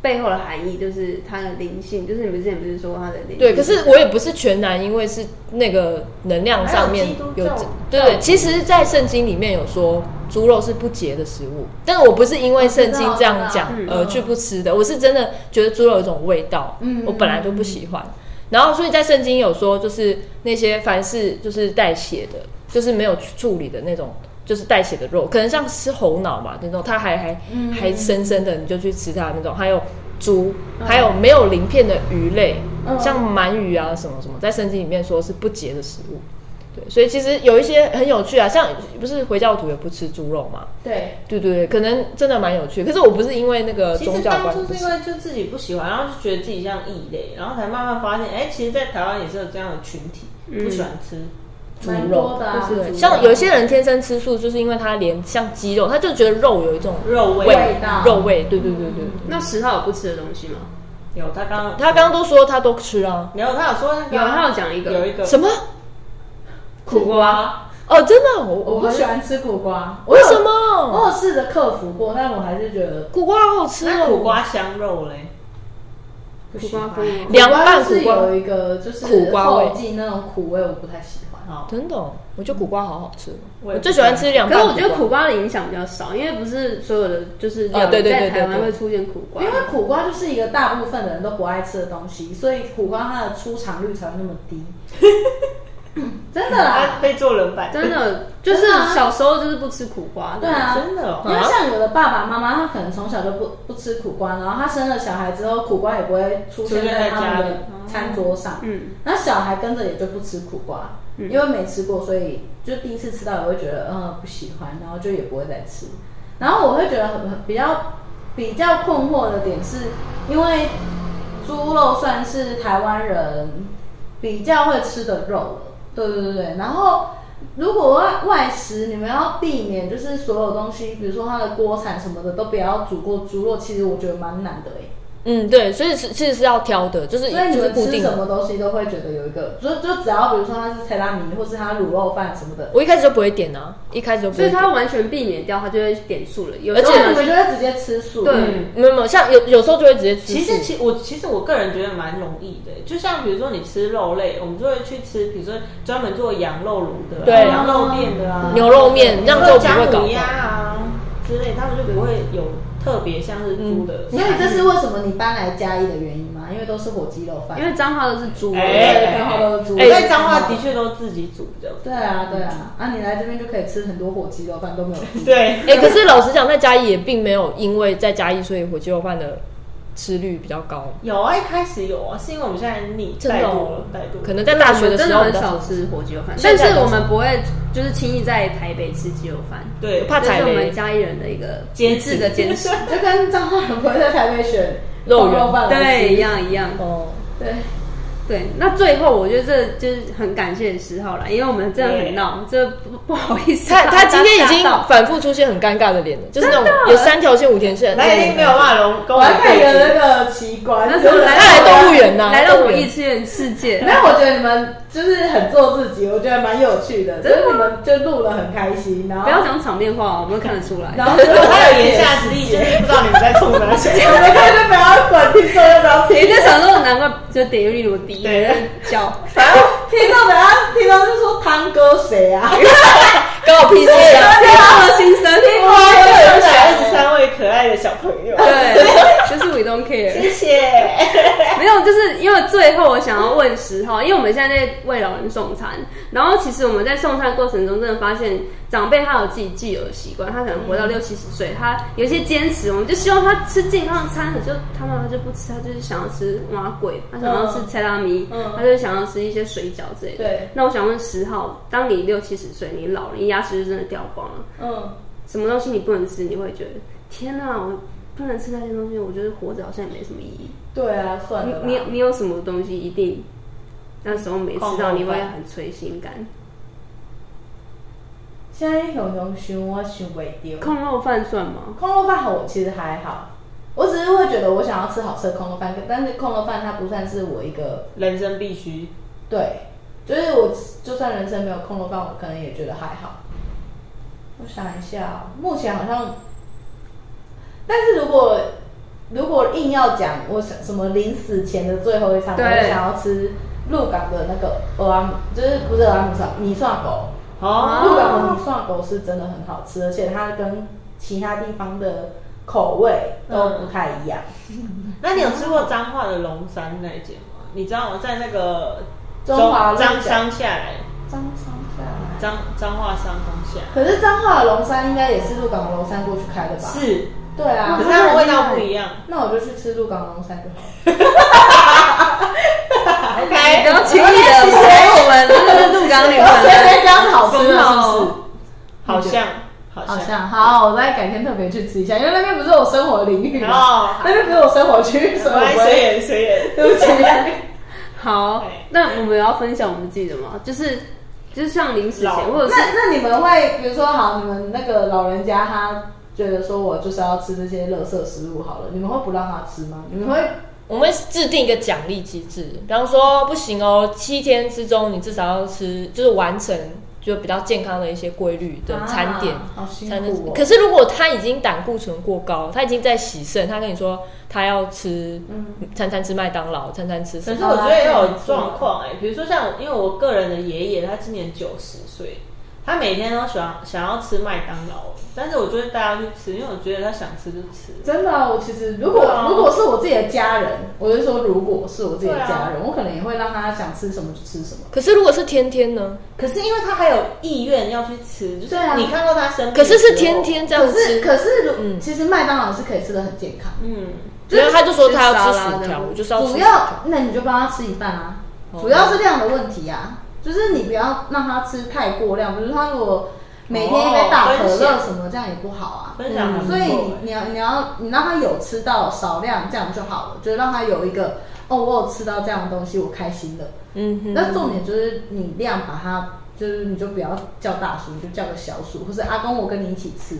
背后的含义，就是它的灵性，就是你们之前不是说它的灵性？对。可是我也不是全然，因为是那个能量上面还有基督有教这，对对。其实，在圣经里面有说猪肉是不洁的食物，但是我不是因为圣经这样讲我知道我知道而去不吃的，我是真的觉得猪肉有一种味道，嗯我本来就不喜欢。然后，所以在圣经有说，就是那些凡是就是带血的，就是没有去处理的那种，就是带血的肉，可能像吃猴脑嘛那种，它还还、还生生的，你就去吃它的那种。还有猪，嗯还有没有鳞片的鱼类，像鳗鱼啊什么什么，在圣经里面说是不洁的食物。对，所以其实有一些很有趣啊，像不是回教徒也不吃猪肉嘛？对，对对对，可能真的蛮有趣。可是我不是因为那个其实宗教当观初不是吃因，为就自己不喜欢，然后就觉得自己像异类，然后才慢慢发现，哎，其实，在台湾也是有这样的群体，不喜欢吃。蛮多的、啊，对，像有些人天生吃素，就是因为他连像鸡肉，他就觉得肉有一种肉味嗯味道肉味，对对对对对。那十号有不吃的东西吗？有，他刚刚他刚刚都说他都吃啊，没有，他有说那个有，他有讲一有个一个什么？苦瓜，哦，真的，我我不还喜欢吃苦瓜，为什我哦么？有试着克服过，但我还是觉得苦瓜好好吃那哦，苦瓜香肉嘞，苦瓜风吗凉拌苦苦瓜瓜就是有一个就是苦瓜味后劲那种苦味，我不太喜欢。好，真的哦，我觉得苦瓜好好吃哦，我我也最喜欢吃凉可是拌。我觉得苦，瓜的影响比较少，因为不是所有的就是料哦对理对在对台湾对会对出现苦瓜因，为苦瓜就是一个大部分人都不爱吃的东西，所以苦瓜它的出场率才会那么 低。真的啦，他被做冷板，真的就是真的啊小时候就是不吃苦瓜的。对啊，真的因哦，为像有的爸爸妈妈，他可能从小就不不吃苦瓜，然后他生了小孩之后，苦瓜也不会出现在他们的餐桌上。嗯，那小孩跟着也就不吃苦瓜，因为没吃过，所以就第一次吃到也会觉得嗯不喜欢，然后就也不会再吃。然后我会觉得很很比较比较困惑的点是，因为猪肉算是台湾人比较会吃的肉了，对对对对。然后如果外外食，你们要避免就是所有东西，比如说它的锅铲什么的都不要煮过猪肉，其实我觉得蛮难的哎、嗯，对，所以是其实是要挑的，就是所以你就是们固吃定什的。么东西都会觉得有一个，就就只要比如说它是菜拉米，或是它卤肉饭什么的，我一开始就不会点啊，一开始就不所以会点。他完全避免掉，他就会点素了。有时而候且嗯所以你们我们就会直接吃素。对没有没有，像有有时候就会直接吃素。其实其我其实我个人觉得蛮容易的，就像比如说你吃肉类，我们就会去吃，比如说专门做羊肉卤的、啊，对羊肉面的啊，牛肉面这样就不姜会搞母鸭混。啊之类，他们就不会有特别像是猪的。所以这是为什么你搬来嘉义的原因吗？因为都是火鸡肉饭，因为彰化都是猪，哎对，刚好都是猪。我在彰化的确都自己煮的，对啊，对啊，啊，你来这边就可以吃很多火鸡肉饭都没有猪。对，哎、可是老实讲，在嘉义也并没有因为在嘉义，所以火鸡肉饭的吃率比较高。有啊，一开始有啊，是因为我们现在腻真的带哦多了，带多了。可能在大学我的真时的候很比较少吃火鸡肉饭，但现在是我们不会就是轻易在台北吃鸡肉饭，对，怕这踩是我们雷。嘉义人的一个坚一持致的坚 持，就跟彰化人不会在台北选肉肉圆饭来对，吃一样一样。哦，对，对，那最后我觉得这就是很感谢十号啦，因为我们真的很闹，这不不好意思他把大他家今天已经吓到反复出现很尴尬的脸了，就是那种有三条线、五条线，哎他一定没有办法融跟我我还看一对个比那个奇观，哎那时候来他来动物园呐、来到动我物们异园次元世界没，有，我觉得你们就是很做自己，我觉得蛮有趣的，就是你们就录了很开心，然后不要讲场面话哦，我们都看得出来。然后就他有言下之意，就是不知道你们在冲哪想。我们根 本就不要管听众，就不要听。你在想说，难怪就点阅率那么低，对 叫反正听众等下听到就说汤哥谁 啊？跟我屁事啊！听到了心声，二百二十三位可爱的小朋友，对，就是 we don't care，谢谢。 没有，就就是因为最后我想要问十号，因为我们现在在为老人送餐，然后其实我们在送餐过程中，真的发现长辈他有自己既有的习惯，他可能活到六七十岁，他有一些坚持，我们就希望他吃健康餐，就他妈他就不吃，他就是想要吃蛙鬼，他想要吃菜拉米，他就是想要吃一些水饺之类的。对，那我想问十号，当你六七十岁，你老了，你牙齿就真的掉光了，嗯，什么东西你不能吃，你会觉得天哪、我不能吃那些东西，我觉得活着好像也没什么意义。对啊，算了啦。你你你有什么东西一定那时候没吃到，你会很垂心感？现在熊熊熊我熊袂丢。控肉饭算吗？空肉饭我其实还好，我只是会觉得我想要吃好吃的空肉饭，但是空肉饭它不算是我一个人生必须。对，就是我就算人生没有空肉饭，我可能也觉得还好。我想一下哦，目前好像，但是如果如果硬要讲，我想什么临死前的最后一餐，我对会想要吃鹿港的那个鹅阿姆，就是不是鹅阿姆算米蒜狗。哦，鹿港的米蒜狗是真的很好吃，而且它跟其他地方的口味都不太一样。那你有吃过彰化的龙山那一间吗？你知道我在那个中华路彰商下来，彰彰下来，彰彰化商工下来可是彰化的龙山应该也是鹿港的龙山过去开的吧？，是，对啊可是。它的味道不一样。那我就去吃鹿港龙山就好了。不 OK，要轻易的说我 们这是鹿港脸所以饭，那家是好吃的， 是疯了不是？ 好像好哦好像好，我再改天特别去吃一下，因为那边不是我生活领域嘛，哦， 那边不是我生活区，所以我我来不随会。缘随缘。对不起。好对，那我们要分享我们自己的吗？就是就是像零食老前，或者那是那你们会，比如说，好，你们那个老人家他觉得说我就是要吃这些垃圾食物好了，你们会不让他吃吗？你们会我们会制定一个奖励机制，比方说不行哦，七天之中你至少要吃，就是完成就比较健康的一些规律的餐点。啊好辛才能苦、哦。可是如果他已经胆固醇过高，他已经在洗肾，他跟你说他要吃，嗯餐餐吃麦当劳，餐餐吃可什是么？我觉得也有状况哎、比如说像我因为我个人的爷爷，他今年九十岁，他每天都喜欢想要吃麦当劳，但是我就会带他去吃，因为我觉得他想吃就吃。真的啊、我其实如果、对啊如果是我自己的家人，我就说如果是我自己的家人，对啊我可能也会让他想吃什么就吃什么。可是如果是天天呢？可是因为他还有意愿要去吃，就是对啊你看到他生病，可是是天，天这样可是吃，可是如、嗯其实麦当劳是可以吃的很健康，嗯，然后他就说他要吃吃沙拉薯条，的我就是要吃薯主条。要那你就帮他吃一半啊，主要是量的问题啊，就是你不要让他吃太过量，比如他如果每天一杯大可哦分乐享什么，这样也不好啊。分享还不错所以欸、你你要你要你让他有吃到少量这样就好了，就让他有一个哦，我有吃到这样的东西，我开心了。嗯哼，那重点就是你量把它，就是你就不要叫大叔，你就叫个小叔，或是阿公，我跟你一起吃。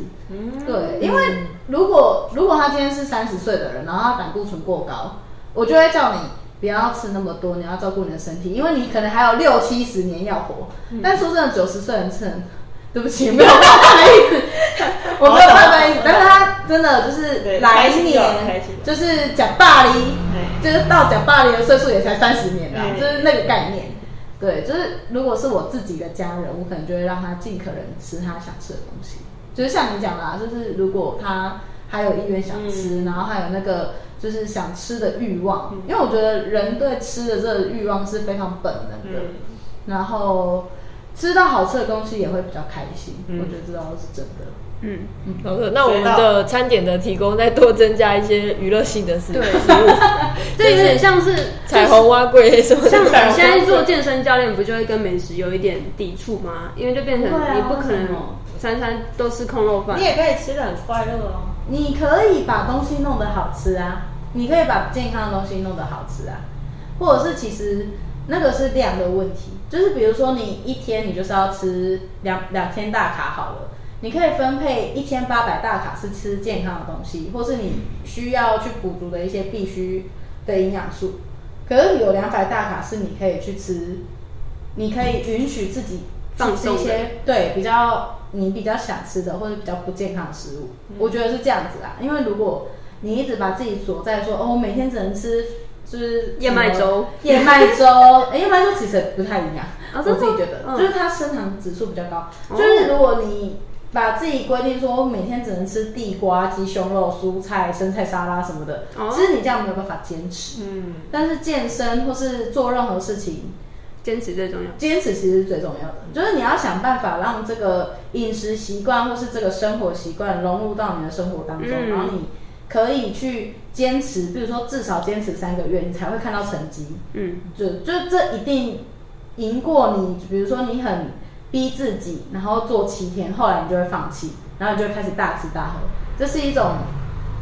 对，因为如果如果他今天是三十岁的人，然后他胆固醇过高，我就会叫你不要吃那么多，你要照顾你的身体，因为你可能还有六七十年要活。但说真的，九十岁人吃很，对不起，没有办法的意思， 我没有办法的意思，但是他真的就是对来开心就年好开心就就是讲霸凌。哎就是到讲霸凌的岁数也才三十年啦，嗯就是那个概念。对，就是如果是我自己的家人，我可能就会让他尽可能吃他想吃的东西。就是像你讲的、啊，就是如果他还有意愿想吃，嗯然后还有那个就是想吃的欲望，因为我觉得人对吃的这个欲望是非常本能的，嗯，然后吃到好吃的东西也会比较开心。嗯我觉得这倒是真的。嗯，好的那我们的餐点的提供再多增加一些娱乐性的事，对， 这有点像是彩虹蛙柜什么 的。像你现在做健身教练，不就会跟美食有一点抵触吗？因为就变成不会啊你不可为能什么餐餐都吃空肉饭你。也可以吃的很快乐哦。你可以把东西弄得好吃啊，你可以把健康的东西弄得好吃啊，或者是其实那个是量的问题，就是比如说你一天你就是要吃两两千大卡好了，你可以分配一千八百大卡是吃健康的东西，或是你需要去补足的一些必须的营养素，可是有两百大卡是你可以去吃，你可以允许自己放吃纵一的些对比较你比较想吃的或者比较不健康的食物，嗯我觉得是这样子啊。因为如果你一直把自己锁在说哦，我每天只能吃就是燕麦粥什么、燕麦粥， 诶燕麦粥其实不太营养，啊真我的吗自己觉得，嗯就是它升糖指数比较高。哦就是如果你把自己规定说哦每天只能吃地瓜、鸡胸肉、蔬菜、生菜沙拉什么的，哦其实你这样没有办法坚持。嗯，但是健身或是做任何事情，坚持最重要。坚持其实是最重要的，就是你要想办法让这个饮食习惯或是这个生活习惯融入到你的生活当中，嗯然后你可以去坚持，比如说至少坚持三个月，你才会看到成绩。嗯，就就这一定赢过你，比如说你很逼自己，然后做七天，后来你就会放弃，然后你就会开始大吃大喝，这是一种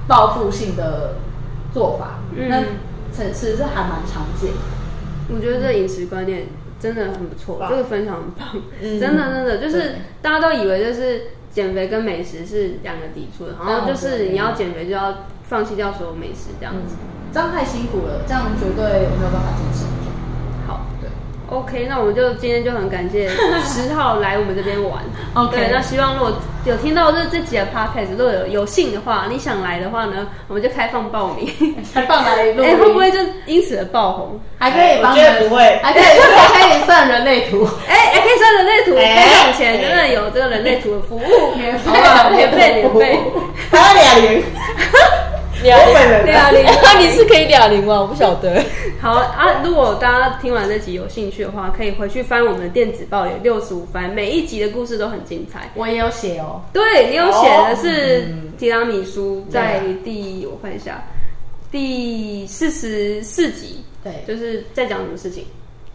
报复性的做法。嗯那其实是还蛮常见的。我觉得这饮食观念真的很不错，这个分享很棒，嗯真的真的就是大家都以为就是减肥跟美食是两个抵触的，好像就是你要减肥就要放弃掉所有美食这样子。这样太辛苦了，这样绝对没有办法坚持。好，对。OK，那我们就今天就很感谢十号来我们这边玩。 OK 对，那希望如果有听到这这集的 podcast，如果有有幸的话，你想来的话呢，我们就开放报名。还放来录音，哎、会不会就因此而爆红？还可以帮我觉得人？不会，还可以还可以算人类图，哎、哎，可以算人类图，哎非常钱，真的有这个人类图的服务，免好不好？免费，免费，他俩 零，我本人对啊，你那 你是可以俩零吗？我不晓得。好啊！如果大家听完这集有兴趣的话，可以回去翻我们的电子报，有六十五番，每一集的故事都很精彩。我也有写哦。对你有写的是提拉米苏，在第我看一下，第四十四集，对，就是在讲什么事情？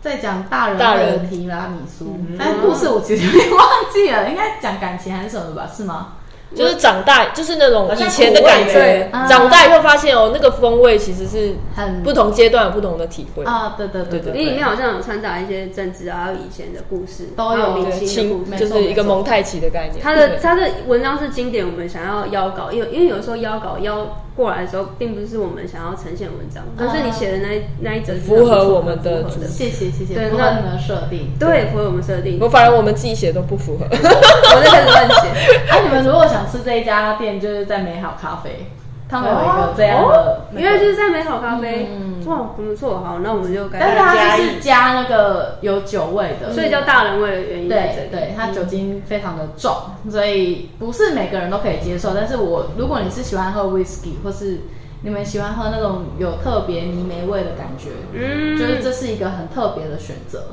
在讲大人大大人人提拉米苏，但故事我其实有点忘记了，应该讲感情还是什么吧？是吗？ 就是长大，就是那种以前的感好像苦觉味。啊长大以后发现哦，那个风味其实是很不同阶段有不同的体会。啊，对对对对你里面好像有掺杂一些政治啊，还有以前的故事，都还有明对，星的故清事。没就错是一个蒙太奇的概念。他的对他的文章是经典，我们想要邀稿，因为因为有时候邀稿邀过来的时候，并不是我们想要呈现文章，但是你写的那一那一则是符合很不错我们的符合主谢谢谢谢，对符合那你们的设 定。对，符合我们设定。我我反而我们自己写都不 符合。在开始乱 写，哎，你们如果想吃这一家店，就是在美好咖啡，他们有一个这样的哦，那个，原来就是在美好咖啡，嗯哇，很不错，好，那我们就但是该，它就是加嗯那个有酒味的，所以叫大人味的原因在这对里。对，它酒精非常的重，所以不是每个人都可以接受。但是我如果你是喜欢喝 whisky，或是你们喜欢喝那种有特别泥煤味的感觉，嗯，就是这是一个很特别的选择，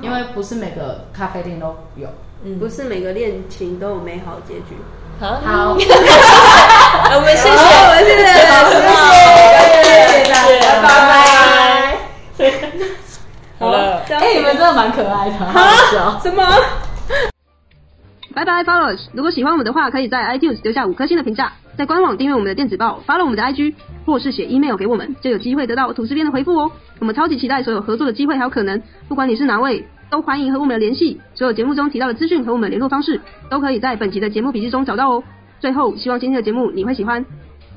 因为不是每个咖啡店都有。不是每个恋情都有美好结局。 好，好，谢啊我们谢好，谢。我们谢谢老师。谢大啊啊家，拜拜。好 了，这样哎，你们真的蛮可爱的，啊好 好笑。什么？拜拜，Followers！如果喜欢我们的话，可以在 iTunes 留下五颗星的评价，在官网订阅我们的电子报，follow 我们的 IG，或是写 email 给我们，就有机会得到吐司边的回复哦。我们超级期待所有合作的机会还有可能，不管你是哪位，都欢迎和我们的联系。所有节目中提到的资讯和我们的联络方式，都可以在本集的节目笔记中找到哦。最后，希望今天的节目你会喜欢，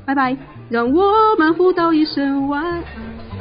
拜拜！让我们互道一声晚安。